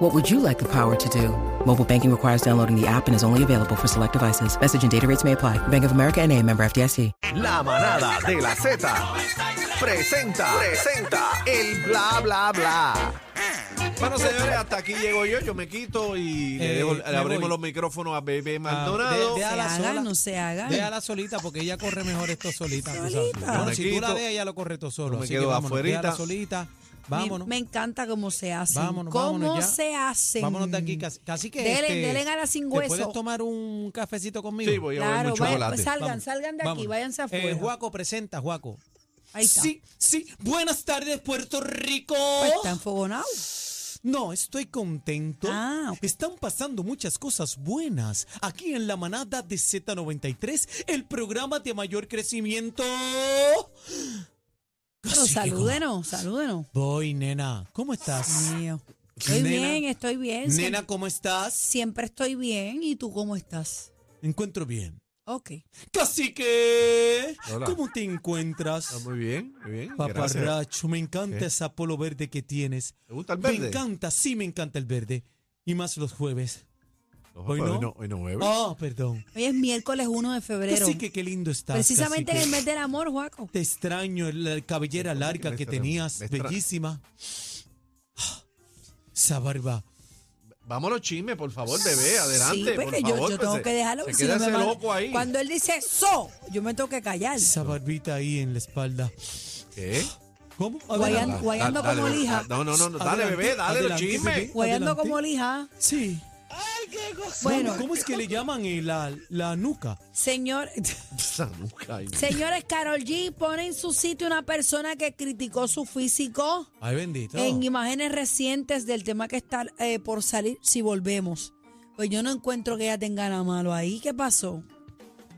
What would you like the power to do? Mobile banking requires downloading the app and is only available for select devices. Message and data rates may apply. Bank of America and a member FDIC. La manada de la Z presenta, presenta el bla bla bla. Bueno, señores, hasta aquí llego yo. Yo me quito y le, Eh, dejo- le me abrimos voy. los micrófonos a Bebé Ah, Maldonado. de- de- Déjala se haga, sola. no se haga. Déjala solita porque ella corre mejor esto solita. tú sabes. Solita. Bueno, Me si tú la quito. dejas, ella lo corre todo solo. Yo me así quedo que vámonos, afuerita. déjala solita. Me- Vámonos. Me, encanta cómo se hace. Vámonos, cómo vámonos ya. se Mm. hacen. vámonos de aquí. Casi, casi que. Delen, este, delen a la ¿te sin hueso. ¿Puedes tomar un cafecito conmigo? Sí, voy a beber Claro, un vaya- chocolate. pues, salgan, Vamos, salgan de aquí, vámonos. váyanse afuera. Eh, Juaco, presenta, Juaco. Ahí está. Sí, sí. Buenas tardes, Puerto Rico. Pues, está enfogonado. No, estoy contento. Ah, ok. Están pasando muchas cosas buenas aquí en la manada de Z93, el programa de mayor crecimiento. Pero Así que, salúdenos, salúdenos. Voy, nena. ¿Cómo estás? Mío. Estoy Nena. bien, estoy bien. Nena, Siem- ¿cómo estás? siempre estoy bien. ¿Y tú cómo estás? Me encuentro bien. Ok. Cacique, Hola. ¿cómo te Ah, encuentras? muy bien, muy bien. Gracias. Paparracho, me encanta ¿Qué? esa polo verde que tienes. ¿Te gusta el Me verde? encanta, sí me encanta el verde. Y más los jueves. Ojo, Hoy pero no. Hoy no, hoy no bebe. Oh, perdón. Hoy es miércoles 1 de febrero. Cacique, qué lindo estás. Precisamente en cacique. el mes del amor, Juaco. Te extraño, la cabellera Perdón, larga me que extra- tenías, me extra- bellísima. Ah, Esa barba. Vamos a los chismes, por favor, bebé. Adelante, Sí, porque por yo, favor. yo pues, tengo se- que dejarlo. Se si queda no me ese van- loco ahí. Cuando él dice so, yo me tengo que callar. Esa barbita ahí en la espalda. ¿Qué? Ah, ¿Cómo? Guayan- Adelante. Guayando Dale, como dale, lija. No, no, no. no, Dale, Adelante, bebé, dale los adelante, chismes. bebé. Guayando adelante. como lija. Sí. Bueno, Bueno, ¿cómo es que le llaman eh, la, la nuca? señor. Esa nuca ahí. Señores, Carol G pone en su sitio una persona que criticó su físico Ay, bendito. en imágenes recientes del tema que está eh, por salir si volvemos. Pues yo no encuentro que ella tenga nada malo ahí. ¿Qué pasó?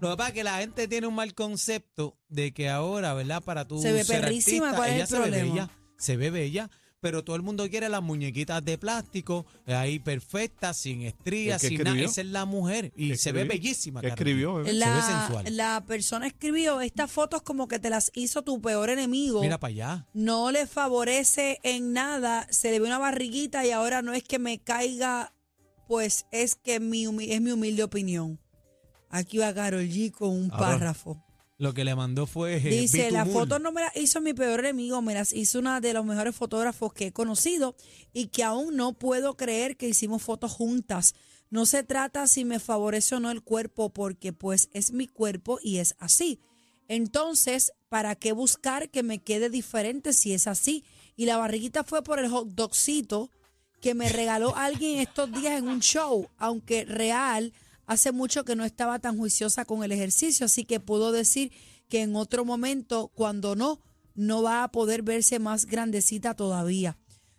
Lo que pasa es que la gente tiene un mal concepto de que ahora, ¿verdad? Para tú Se ve ser perrísima, artista, ¿cuál es ella el se ve problema? bella, se ve bella, pero todo el mundo quiere las muñequitas de plástico, eh, ahí perfectas, sin estrías, ¿Qué sin nada. escribió? Esa es la mujer y ¿Qué se ve escribió? bellísima. ¿Qué Carmen. escribió, bebé? Se ve La, sensual. la persona escribió estas fotos como que te las hizo tu peor enemigo. Mira para allá. no le favorece en nada, se le ve una barriguita y ahora no es que me caiga, pues es que mi humi- es mi humilde opinión. Aquí va Carol G con un Ahora, párrafo. Lo que le mandó fue. eh, Dice, las bitumul". fotos no me las hizo mi peor enemigo, me las hizo una de los mejores fotógrafos que he conocido y que aún no puedo creer que hicimos fotos juntas. No se trata si me favorece o no el cuerpo, porque pues es mi cuerpo y es así. Entonces, ¿para qué buscar que me quede diferente si es así? Y la barriguita fue por el hot dogcito que me regaló alguien estos días en un show, aunque real, hace mucho que no estaba tan juiciosa con el ejercicio, así que puedo decir que en otro momento, cuando no, no va a poder verse más grandecita todavía.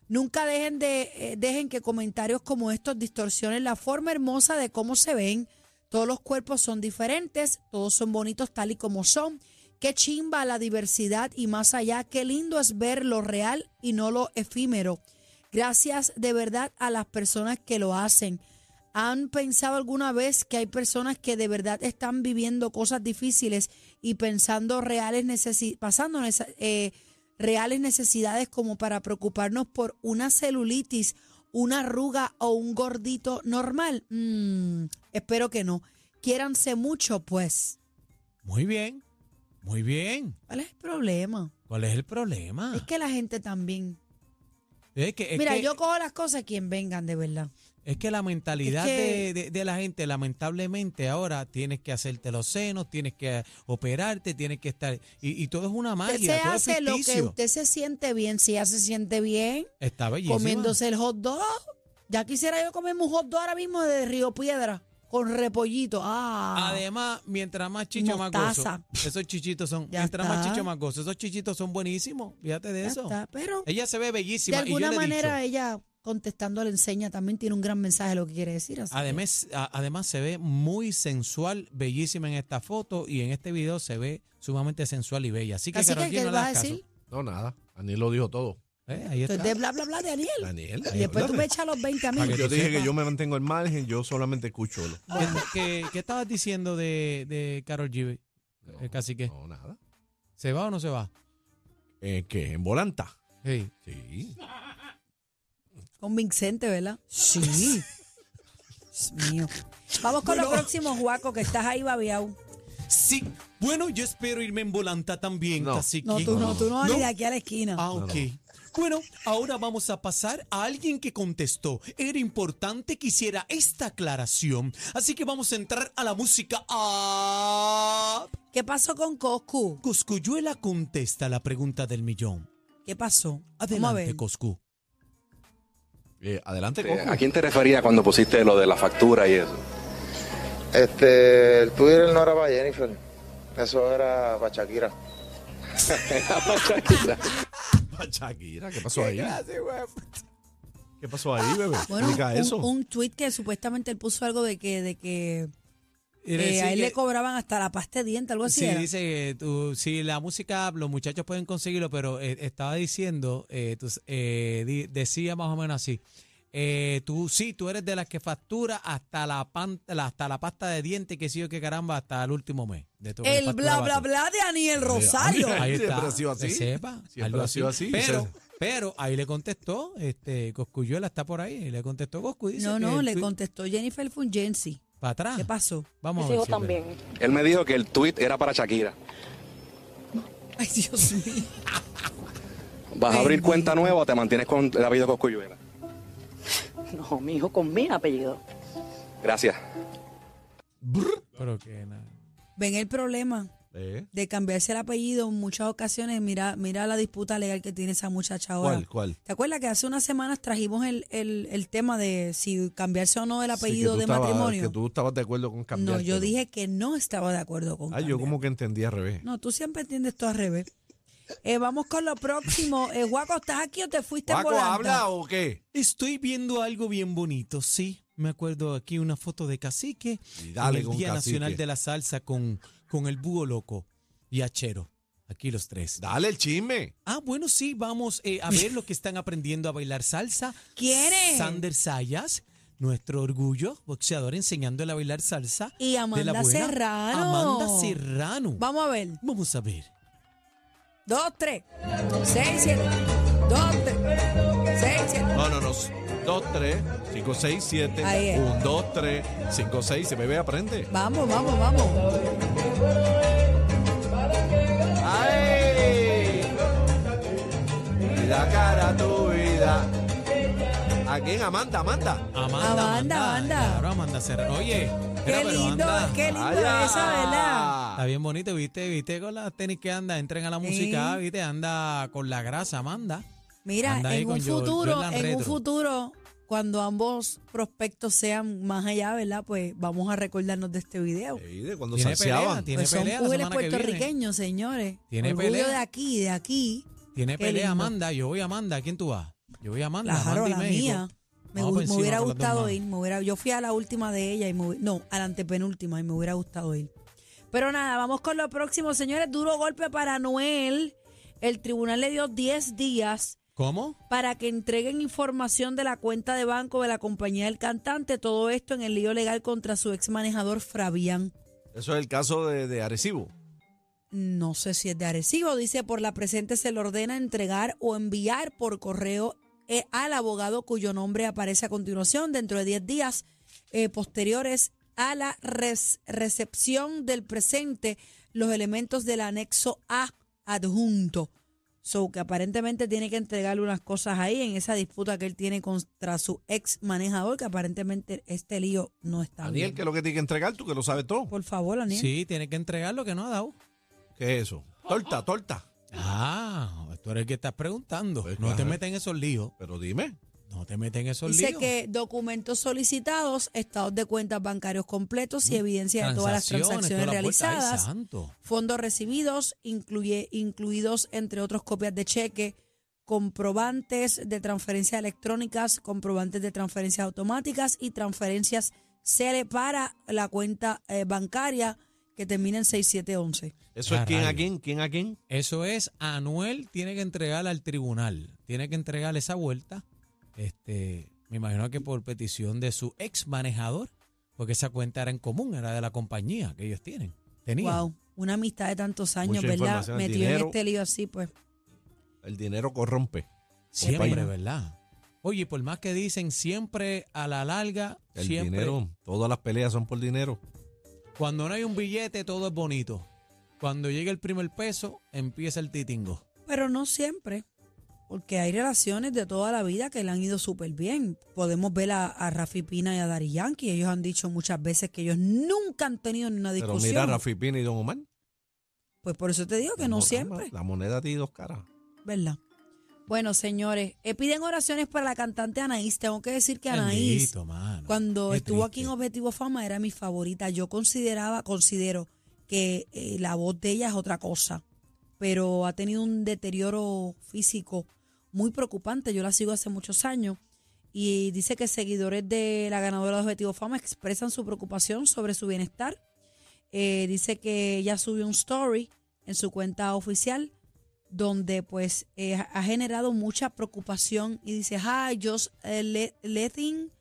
Nunca dejen, de, eh, dejen que comentarios como estos distorsionen la forma hermosa de cómo se ven. Todos los cuerpos son diferentes, todos son bonitos tal y como son. Qué chimba la diversidad y más allá, qué lindo es ver lo real y no lo efímero. Gracias de verdad a las personas que lo hacen. ¿Han pensado alguna vez que hay personas que de verdad están viviendo cosas difíciles y pensando reales necesi- pasando nece- eh, reales necesidades como para preocuparnos por una celulitis, una arruga o un gordito normal? Mm, espero que no. Quiéranse mucho, pues. Muy bien. Muy bien. ¿Cuál es el problema? ¿Cuál es el problema? Es que la gente también. Es que- Ah. es Mira, que- yo cojo las cosas quien vengan, de verdad. Es que la mentalidad Es de, que- de- de la gente, lamentablemente, ahora tienes que hacerte los senos, tienes que operarte, tienes que estar. Y, y todo es una Usted magia, se todo es hace lo que ficticio. usted se siente bien. Si ya se siente bien, Está bellísima. comiéndose el hot dog. Ya quisiera yo comerme un hot dog ahora mismo de Río Piedra con repollito. Ah, Además, mientras más chicho, más Mostaza. gozo. Esos chichitos son. Ya mientras más está. chicho, más gozo. Esos chichitos son buenísimos. Fíjate de ya eso. está. Pero Ella se ve de bellísima. y yo alguna le he dicho, manera ella contestando a la enseña también tiene un gran mensaje lo que quiere decir. así que- Además, a- además se ve muy sensual, bellísima en esta foto y en este video se ve sumamente sensual y bella. Así que, Así que, Carol G, ¿qué no le vas a hagas caso. decir? No, nada. Daniel lo dijo todo. Eh, ahí está. Entonces, de bla, bla, bla de Aniel. Daniel. Y después tú háblame. me echas los 20 a mí. Para que Yo tú dije sepas. que yo me mantengo al margen, yo solamente escucho. lo- ¿Qué, qué- qué estabas diciendo de, de Carol G? Eh, cacique. No, nada. ¿Se va o no se va? Eh, ¿Qué? ¿En volanta? Sí. Sí. Convincente, ¿verdad? Sí. Dios mío. Vamos con lo próximo, Juaco, que estás ahí babiao. Sí. Bueno, yo espero irme en volanta también, No. cacique. No, tú no, tú no, ni de aquí a la esquina. Ah, ok. Bueno, ahora vamos a pasar a alguien que contestó. Era importante que hiciera esta aclaración. Así que vamos a entrar a la música. Ah, ¿Qué pasó con Coscu? Coscuyuela contesta la pregunta del millón. ¿Qué pasó? Vamos a Adelante, ver. Coscu. Eh, adelante, Eh, Coco. ¿A quién te referías cuando pusiste lo de la factura y eso? Este, el Twitter no era para Jennifer, eso era para Shakira. Shakira, ¿qué pasó ahí? ¿Qué pasó ahí, bebé? Bueno, Explica un, eso. un tweet que supuestamente él puso algo de que, de que Quiere eh, decir a él que- le cobraban hasta la pasta de diente, algo así. Sí, era. dice que tú- sí, la música, los muchachos pueden conseguirlo, pero eh, estaba diciendo, eh, tú s- eh, di- decía más o menos así. eh, tú sí, tú eres de las que factura hasta la, pan- la- hasta la pasta de dientes que sí o que caramba hasta el último mes. De todo, El facturaba bla, todo. bla, bla de Aniel Rosario. Ah, Ahí está. Siempre ha sido así. Que sepa, Siempre algo ha sido así. O Pero, sea- pero ahí le contestó, este, Coscuyuela está por ahí, y le contestó Coscu. Dice No, que no, el Ah. le tuit- contestó Jennifer Fungensi. Para atrás. ¿Qué pasó? Vamos a Mis ver. hijos si es verdad. también. Él me dijo que el tweet era para Shakira. Ay, Dios mío. ¿Vas a abrir cuenta nueva o te mantienes con el apellido Coscuyuela? No, mi hijo con mi apellido. Gracias. Pero que nada. Ven el problema Eh, de cambiarse el apellido en muchas ocasiones. Mira, mira la disputa legal que tiene esa muchacha ahora. ¿Cuál, cuál? ¿Te acuerdas que hace unas semanas trajimos el, el, el tema de si cambiarse o no el Sí, que apellido tú de estabas- matrimonio? Que tú estabas de acuerdo con cambiar. No, yo dije que no estaba de acuerdo con Ah, yo cambiar. como que entendí al revés. No, tú siempre entiendes todo al revés. Eh, vamos con lo próximo. Eh, Guaco, ¿estás aquí o te fuiste en ¿Paco volanda? habla o qué? Estoy viendo algo bien bonito, sí. Me acuerdo aquí una foto de Cacique Y dale en el con Día Nacional Cacique. de la Salsa con, con el Búho Loco y Achero. Aquí los tres. Dale el chisme. Ah, bueno, sí, vamos eh, a ver lo que están aprendiendo a bailar salsa. ¿Quién es? Sander Sayas, nuestro orgullo, boxeador enseñándole a bailar salsa. Y Amanda de la buena. Serrano. Amanda Serrano. Vamos a ver. Vamos a ver. Dos, tres. Seis, siete. Dos, tres. Seis, siete. No, no, no. 2, 3, 5, 6, 7. Ahí es. 1, 2, 3, 5, 6. Se bebé aprende. Vamos, vamos, vamos. ¡Ay! La cara tu vida. ¿A quién? Amanda, Amanda. Amanda, Amanda, Amanda. Claro, Amanda Serrano. Oye, espera, Qué pero lindo, anda. qué lindo Vaya. esa, ¿verdad? Ah. Está bien bonito, viste, viste con las tenis que anda, entren a la música, viste, anda con la grasa, manda. Mira, Anda ahí en un con Jor- futuro, Jordan en un Retro. futuro, cuando ambos prospectos sean más allá, ¿verdad? Pues vamos a recordarnos de este video. Ey, de cuando Tiene pelea, salseaban. Eh, tiene Pues son pelea la jubiles semana que viene. puertorriqueños, señores. Tiene Orgullo pelea. de aquí, de aquí. Tiene Qué pelea, lindo. Amanda. Yo voy a Amanda. ¿A quién tú vas? Yo voy a Amanda. La Amanda y jarola México. mía. Vamos Me, gu- por me encima hubiera con las dos gustado manos. ir, me hubiera, yo fui a la última de ella y me hubi- no, a la antepenúltima y me hubiera gustado ir. Pero nada, vamos con lo próximo, señores. Duro golpe para Noel. El tribunal le dio 10 días ¿Cómo? para que entreguen información de la cuenta de banco de la compañía del cantante. Todo esto en el lío legal contra su ex manejador Fabián. Eso es el caso de, de Arecibo. No sé si es de Arecibo. Dice, por la presente se le ordena entregar o enviar por correo eh, al abogado cuyo nombre aparece a continuación dentro de 10 días eh, posteriores a la res- recepción del presente los elementos del anexo A adjunto. So, que aparentemente tiene que entregarle unas cosas ahí en esa disputa que él tiene contra su ex manejador, que aparentemente este lío no está Daniel, bien. que es lo que tiene que entregar tú, que lo sabes todo. Por favor, Daniel. Sí, tiene que entregar lo que no ha dado. ¿Qué es eso? Torta, torta. Ah, tú eres el que estás preguntando. Pues no te claro. metas en esos líos. Pero dime. No te metas en esos Dice líos. que documentos solicitados, estados de cuentas bancarios completos y Mm. evidencia de todas las transacciones todas las vueltas. Ay, realizadas, santo. fondos recibidos, incluye, incluidos entre otros copias de cheque, comprobantes de transferencias electrónicas, comprobantes de transferencias automáticas y transferencias CELE para la cuenta eh, bancaria que termina en 6711. ¿Eso Ah, es quién a rayos. quién? ¿Quién a quién? Eso es, Anuel tiene que entregar al tribunal, tiene que entregar esa vuelta, este, me imagino que por petición de su ex manejador, porque esa cuenta era en común, era de la compañía que ellos tienen. Tenían. Wow, una amistad de tantos años, Mucha ¿verdad? información, Metido en dinero. este lío así, pues. El dinero corrompe. Siempre, Compañía. ¿verdad? Oye, por más que dicen siempre a la larga, El siempre dinero, todas las peleas son por dinero. cuando no hay un billete todo es bonito. Cuando llega el primer peso, empieza el titingo. Pero no siempre, porque hay relaciones de toda la vida que le han ido súper bien. Podemos ver a, a Rafi Pina y a Dari Yankee. Ellos han dicho muchas veces que ellos nunca han tenido ni una Pero discusión. mira a Rafi Pina y Don Omar. Pues por eso te digo que no Don Omar, siempre, La moneda tiene dos caras. ¿verdad? Bueno, señores, eh, piden oraciones para la cantante Anaís. Tengo que decir que Anaís, Bendito, mano. cuando Qué estuvo aquí en triste. Objetivo Fama, era mi favorita. Yo consideraba, considero que eh, la voz de ella es otra cosa, pero ha tenido un deterioro físico muy preocupante. Yo la sigo hace muchos años y dice que seguidores de la ganadora de Objetivo Fama expresan su preocupación sobre su bienestar. Eh, dice que ella subió un story en su cuenta oficial donde pues eh, ha generado mucha preocupación y dice, hi, just eh, le- letting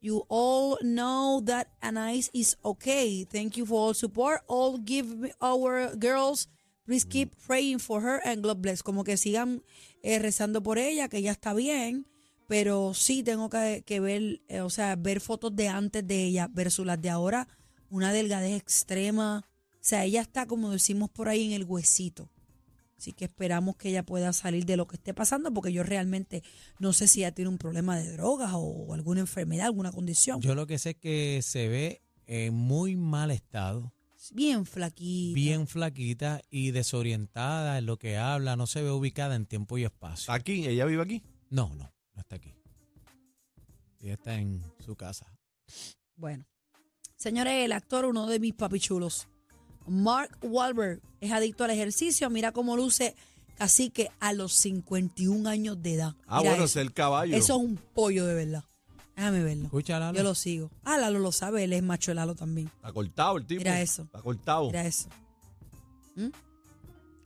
you all know that Anais is okay. Thank you for all support. All give me- our girls, please keep praying for her and God bless. Como que sigan eh, rezando por ella, que ella está bien, pero sí tengo que, que ver, eh, o sea, ver fotos de antes de ella versus las de ahora, una delgadez extrema. O sea, ella está, como decimos por ahí, en el huesito. Así que esperamos que ella pueda salir de lo que esté pasando, porque yo realmente no sé si ella tiene un problema de drogas o alguna enfermedad, alguna condición. Yo lo que sé es que se ve en muy mal estado, bien flaquita. bien flaquita y desorientada en lo que habla, no se ve ubicada en tiempo y espacio. Aquí, ella vive aquí. No, no, no está aquí. Ella está en su casa. Bueno. Señores, el actor, uno de mis papichulos, Mark Wahlberg, es adicto al ejercicio. Mira cómo luce cacique a los 51 años de edad. Ah, Mira bueno, eso. es el caballo. Eso es un pollo de verdad. Déjame verlo. Escúchala. Yo lo sigo. Ah, Lalo lo sabe, él es macho de Lalo también. Está cortado el tipo. Mira eso. Está cortado. Mira eso. ¿Mm?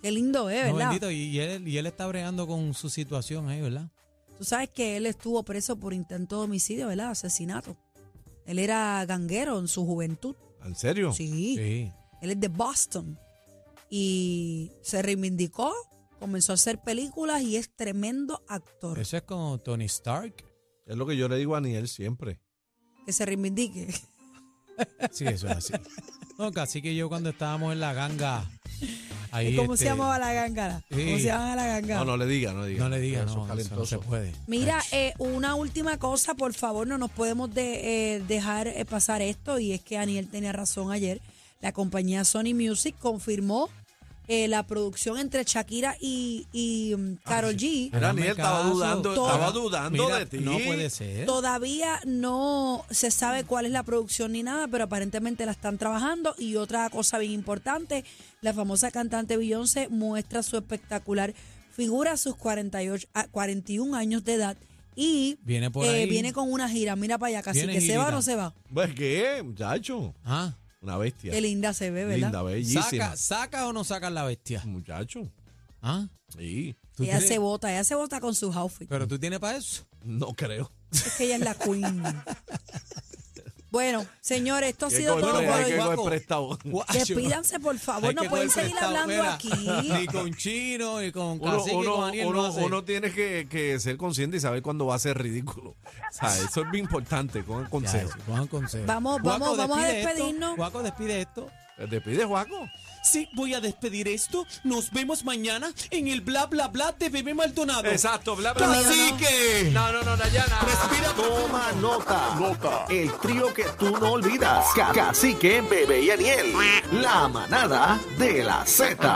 Qué lindo es, No, ¿verdad? bendito, y, y él, y él está bregando con su situación ahí, ¿verdad? Tú sabes que él estuvo preso por intento de homicidio, ¿verdad? Asesinato. Él era ganguero en su juventud. ¿En serio? Sí. Sí. Él es de Boston. Y se reivindicó, comenzó a hacer películas y es tremendo actor. Eso es como Tony Stark. Es lo que yo le digo a Aniel siempre. Que se reivindique. Sí, eso es así. No, casi que yo cuando estábamos en la ganga. Ahí, ¿Cómo se este, llamaba la gangara? ¿Cómo Sí. se llamaba la gangara? No, no le diga, no le diga. No le digas, Eso es no, eso no se calentoso. puede. Mira, eh, una última cosa, por favor, no nos podemos de- eh, dejar eh, pasar esto y es que Aniel tenía razón ayer. La compañía Sony Music confirmó eh, la producción entre Shakira y, y mm, Karol G. Mira, Hágame Aniel estaba caso. dudando, Todo. estaba dudando Mira, de ti. No puede ser. Todavía no se sabe cuál es la producción ni nada, pero aparentemente la están trabajando. Y otra cosa bien importante, la famosa cantante Beyoncé muestra su espectacular figura a sus 48, a 41 años de edad y eh, Viene por ahí. viene con una gira. Mira para allá, casi Viene que se va o girita. no se va. Pues qué, muchacho. Ah, Una bestia. Qué linda se ve, ¿verdad? Linda, bellísima. saca, saca o no saca la bestia. Muchacho. Ah, Sí. ¿tú Ella tienes- se bota, ella se bota con sus outfits. pero tú tienes para eso. No creo. Es que ella es la queen. bueno, señores, esto ha Qué sido coger- todo por hay que hoy. coger Guaco. prestado. Despídanse, por favor. Hay No que pueden coger seguir prestado, hablando mira, aquí. Ni con Chino, ni con Uno, Cacique, uno- con Aniel uno- no hace. uno tiene que, que ser consciente y saber cuándo va a ser ridículo. O sea, eso es bien importante, con el Ya, consejo. eso, cojan consejo. Vamos, Guaco, vamos, vamos a despide esto. despedirnos. Guaco, despide esto. ¿Te pides, Juaco? Sí, voy a despedir esto. Nos vemos mañana en el bla bla bla de Bebé Maldonado. Exacto, bla, bla, bla, bla, bla. Cacique. No, no, no, Dayana. Toma nota. El trío que tú no olvidas. Ca- Cacique, Bebé y Aniel. La manada de la Z.